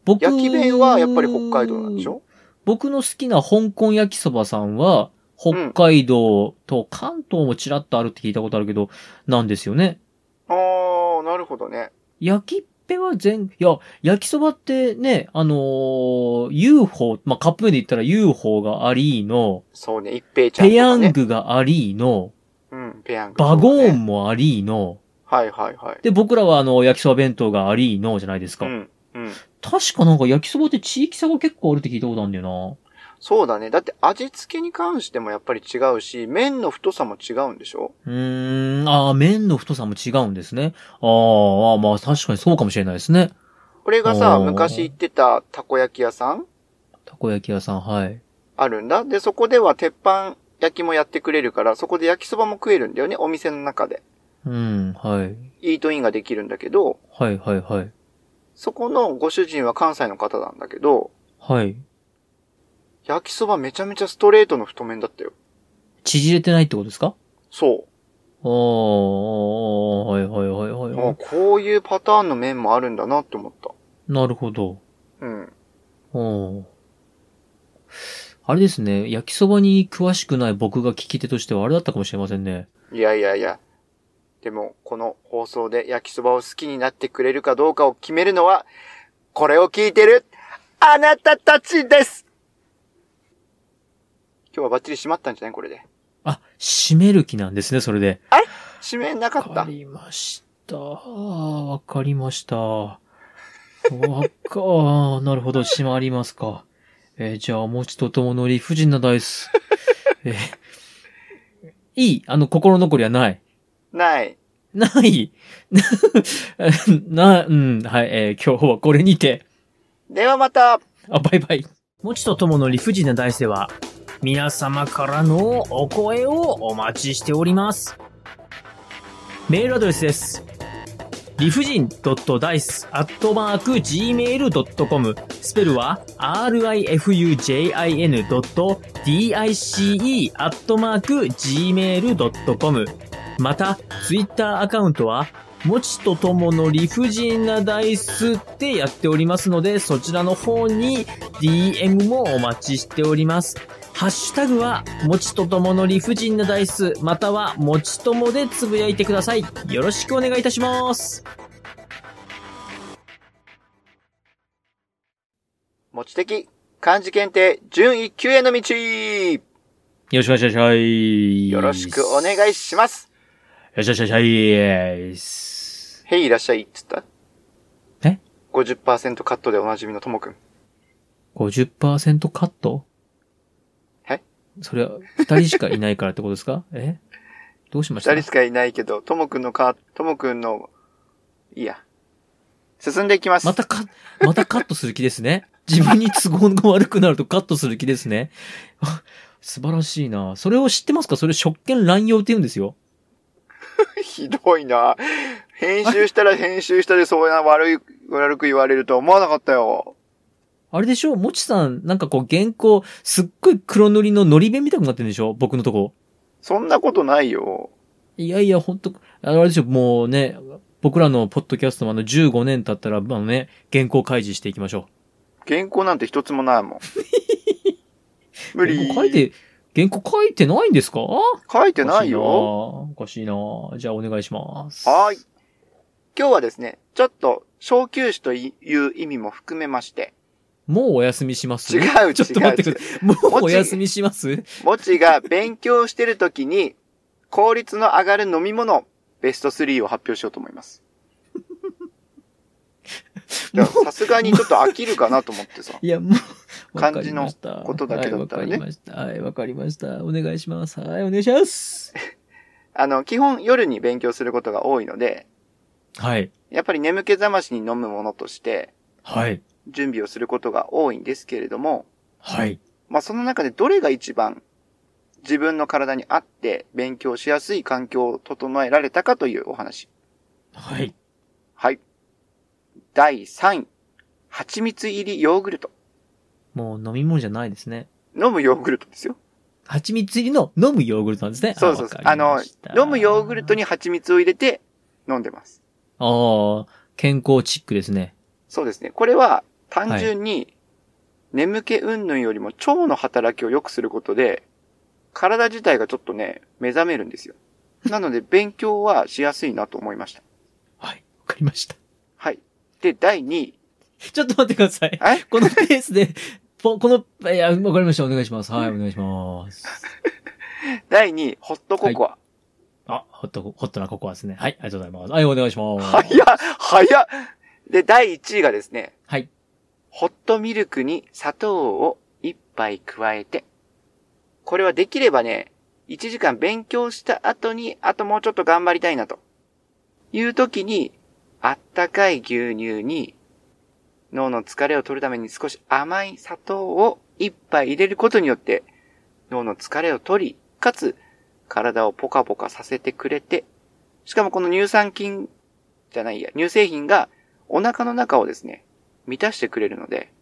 [SPEAKER 1] 僕
[SPEAKER 2] 焼き弁はやっぱり北海道なんでしょ
[SPEAKER 1] 僕の好きな香港焼きそばさんは、北海道と関東もちらっとあるって聞いたことあるけど、なんですよね。
[SPEAKER 2] あー、なるほどね。
[SPEAKER 1] 焼きっぺは全、いや、焼きそばってね、あのー UFO、まあ、カップ麺で言ったら UFO がありの、
[SPEAKER 2] そうね、一平ちゃん
[SPEAKER 1] ペ
[SPEAKER 2] と
[SPEAKER 1] ヤ
[SPEAKER 2] か
[SPEAKER 1] ン
[SPEAKER 2] ね。
[SPEAKER 1] グがありの、
[SPEAKER 2] うん、ペヤング。
[SPEAKER 1] バゴ
[SPEAKER 2] そう
[SPEAKER 1] ー
[SPEAKER 2] ね
[SPEAKER 1] ンもありの、
[SPEAKER 2] はいはいはい。
[SPEAKER 1] で、僕らはあの、焼きそば弁当がありのじゃないです
[SPEAKER 2] う
[SPEAKER 1] か。
[SPEAKER 2] ん、うん。
[SPEAKER 1] 確かなんか焼きそばって地域差が結構あるって聞いたことあるんだよ
[SPEAKER 2] そうだね。だって味付けに関してもやっぱり違うし、麺の太さも違うんでしょ
[SPEAKER 1] な。うーん、ああ、麺の太さも違うんですね。あーあー、まあ確かにそうかもしれないですね。
[SPEAKER 2] 俺がさ、
[SPEAKER 1] おー
[SPEAKER 2] 昔行ってたたこ焼き屋さん
[SPEAKER 1] たこ焼き屋さん、はい。
[SPEAKER 2] あるんだ。で、そこでは鉄板焼きもやってくれるから、そこで焼きそばも食えるんだよね、お店の中で。
[SPEAKER 1] うん、はい。
[SPEAKER 2] イートインができるんだけど、
[SPEAKER 1] はい、はい、はい。
[SPEAKER 2] そこのご主人は関西の方なんだけど、
[SPEAKER 1] はい。
[SPEAKER 2] 焼きそばめちゃめちゃストレートの太麺だったよ。
[SPEAKER 1] 縮れてないってことですかあ
[SPEAKER 2] そ。
[SPEAKER 1] ーあー、はい、はい、はい、はいうは
[SPEAKER 2] あ
[SPEAKER 1] い。
[SPEAKER 2] こういうパターンの麺もあるんだなって思った。
[SPEAKER 1] なるほど。
[SPEAKER 2] うん。
[SPEAKER 1] うん。あれですね、焼きそばに詳しくない僕が聞き手としてはあれだったかもしれませんね。
[SPEAKER 2] いやいやいや。でも、この放送で焼きそばを好きになってくれるかどうかを決めるのは、これを聞いてる、あなたたちです今日はバッチリ閉まったんじゃないこれで。
[SPEAKER 1] あ、閉める気なんですね、それで。
[SPEAKER 2] 閉めなか
[SPEAKER 1] わ
[SPEAKER 2] っ
[SPEAKER 1] か
[SPEAKER 2] た。
[SPEAKER 1] りました。わかりました。わか、あーなるほど、閉まりますか。えーじゃあ、お餅とともの理不尽なダイス。えーいいあの、心残りはない。
[SPEAKER 2] ない。
[SPEAKER 1] ない。 *laughs* な、うん、はい、えー今日はこれにて。
[SPEAKER 2] ではまた
[SPEAKER 1] あ、バイバイ。もちとともの理不尽な大世は、皆様からのお声をお待ちしております。メールアドレスです。理不尽 .dice.gmail.com スペルは rifujin.dice.gmail.com また、ツイッターアカウントは、もちとともの理不尽なダイスってやっておりますので、そちらの方に DM もお待ちしております。ハッシュタグは、もちとともの理不尽なダイス、または、もちともでつぶやいてください。よろしくお願いいたします。
[SPEAKER 2] 持ち的漢字検定準1級への道
[SPEAKER 1] よろしくお願いします。
[SPEAKER 2] よろしくお願いします。
[SPEAKER 1] よろしくお願いします。
[SPEAKER 2] へい、いらっしゃい、っつった
[SPEAKER 1] え
[SPEAKER 2] ?50% カットでおなじみのともくん。
[SPEAKER 1] 50%カット
[SPEAKER 2] え
[SPEAKER 1] それは、二人しかいないからってことですかえどうしました
[SPEAKER 2] 二人しかいないけど、ともくんのか、ともくんの、いいや。進んでいきます。
[SPEAKER 1] *laughs* またか、またカットする気ですね。自分に都合が悪くなるとカットする気ですね。 *laughs* あ素晴らしいな。それを知ってますかそれ職権乱用って言うんですよ。
[SPEAKER 2] *laughs* ひどいな。編集したら編集したでそうな悪い、悪く言われるとは思わなかったよ。
[SPEAKER 1] あれでしょもちさん、なんかこう原稿、すっごい黒塗りののり弁みたくなってるんでしょ僕のとこ。
[SPEAKER 2] そんなことないよ。
[SPEAKER 1] いやいや、ほんと、あれでしょもうね、僕らのポッドキャストもあの15年経ったら、あのね、原稿開示していきましょ
[SPEAKER 2] 原稿なんて一つもな
[SPEAKER 1] *laughs*
[SPEAKER 2] いもん。
[SPEAKER 1] う。
[SPEAKER 2] 無理。
[SPEAKER 1] 原稿書いて、原稿書いてないんですか
[SPEAKER 2] 書いてないよ。
[SPEAKER 1] おかしいなおかしいなじゃあお願いします。
[SPEAKER 2] はーい。今日はですね、ちょっと、小休止という意味も含めまして、
[SPEAKER 1] もうお休みします
[SPEAKER 2] 違う違う
[SPEAKER 1] ちょっと待ってください。もうお休みします
[SPEAKER 2] もちが勉強してるときに、効率の上がる飲み物、ベスト3を発表しようと思います。いやさすがにちょっと飽きるかなと思って
[SPEAKER 1] *laughs*
[SPEAKER 2] さ。
[SPEAKER 1] いや、もう、
[SPEAKER 2] 漢字のことだけだ
[SPEAKER 1] わ
[SPEAKER 2] った
[SPEAKER 1] からり
[SPEAKER 2] ね
[SPEAKER 1] ましたはい、わかりました。はい、わかりました。お願いします。はい、お願いします。
[SPEAKER 2] あの、基本夜に勉強することが多いので、
[SPEAKER 1] はい、
[SPEAKER 2] やっぱり眠気覚ましに飲むものとして、
[SPEAKER 1] はい、
[SPEAKER 2] 準備をすることが多いんですけれども、
[SPEAKER 1] はい。
[SPEAKER 2] まあその中でどれが一番自分の体に合って勉強しやすい環境を整えられたかというお話。
[SPEAKER 1] はい。
[SPEAKER 2] はい。第3位。蜂蜜入りヨーグルト。
[SPEAKER 1] もう飲み物じゃないですね。
[SPEAKER 2] 飲むヨーグルトですよ。
[SPEAKER 1] 蜂蜜入りの飲むヨーグルトなんですね。
[SPEAKER 2] そうそうそう。
[SPEAKER 1] あ
[SPEAKER 2] あの、飲むヨーグルト
[SPEAKER 1] に。
[SPEAKER 2] に蜂蜜を入れて飲んでます。
[SPEAKER 1] ああ、健康チックですね。
[SPEAKER 2] そうですね。これは単純に眠気云々よりも腸の働きを良くすることで、体自体がちょっとね、目覚めるんですよ。なので勉強はしやすいなと思いました。
[SPEAKER 1] はい、わかりました。
[SPEAKER 2] はい。で、第2位。
[SPEAKER 1] ちょっと待ってください。
[SPEAKER 2] え
[SPEAKER 1] このペースで、ぽこの、いや、わかりました。お願いします。はい、お願いします。
[SPEAKER 2] 第2位、ホットココア。
[SPEAKER 1] あ、ホット、ホットなココアですね。はい、ありがとうございます。はい、お願いします。
[SPEAKER 2] 早っ早っで、第1位がですね、
[SPEAKER 1] はい。
[SPEAKER 2] ホットミルクに砂糖を一杯加えて。これはできればね、1時間勉強した後に、あともうちょっと頑張りたいなと。いう時に、あったかい牛乳に、脳の疲れを取るために少し甘い砂糖を一杯入れることによって、脳の疲れを取り、かつ、体をポカポカさせてくれて、しかもこの乳酸菌じゃないや、乳製品がお腹の中をですね、満たしてくれるので、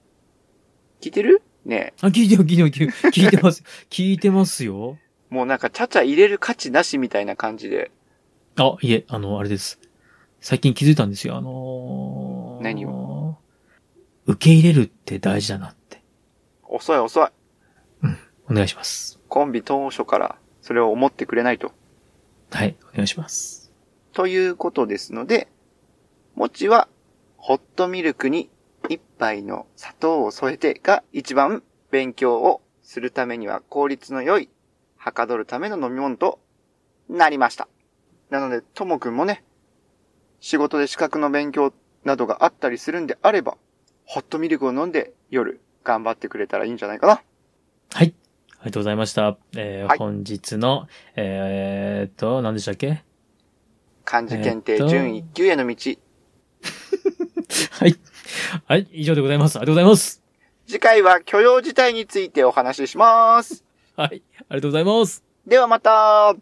[SPEAKER 2] 聞いてるね
[SPEAKER 1] あ、聞いてよ、聞いてよ、聞いてよ聞いてます。 *laughs* 聞いてますよ。
[SPEAKER 2] え、もうなんかちゃちゃ入れる価値なしみたいな感じで、
[SPEAKER 1] あ、いえ、あの、あれです。最近気づいたんですよ。あのー、
[SPEAKER 2] 何
[SPEAKER 1] を受け入れるって大事だなって。
[SPEAKER 2] 遅い遅い。
[SPEAKER 1] お願いします。
[SPEAKER 2] コンビ当初からそれを思ってくれないと。
[SPEAKER 1] はい、お願いします。
[SPEAKER 2] ということですので、もちは、ホットミルクに一杯の砂糖を添えてが一番勉強をするためには効率の良い、はかどるための飲み物となりました。なので、ともくんもね、仕事で資格の勉強などがあったりするんであれば、ホットミルクを飲んで夜頑張ってくれたらいいんじゃないかな。
[SPEAKER 1] はい。ありがとうございました。えー
[SPEAKER 2] はい
[SPEAKER 1] 本日の、えー、っと、何でしたっけ
[SPEAKER 2] 漢字検定
[SPEAKER 1] えっと
[SPEAKER 2] 準一級への道。
[SPEAKER 1] はい。はい、以上でございます。ありがとうございます。
[SPEAKER 2] 次回は許容事態についてお話しします。
[SPEAKER 1] はい、ありがとうございます。
[SPEAKER 2] ではまた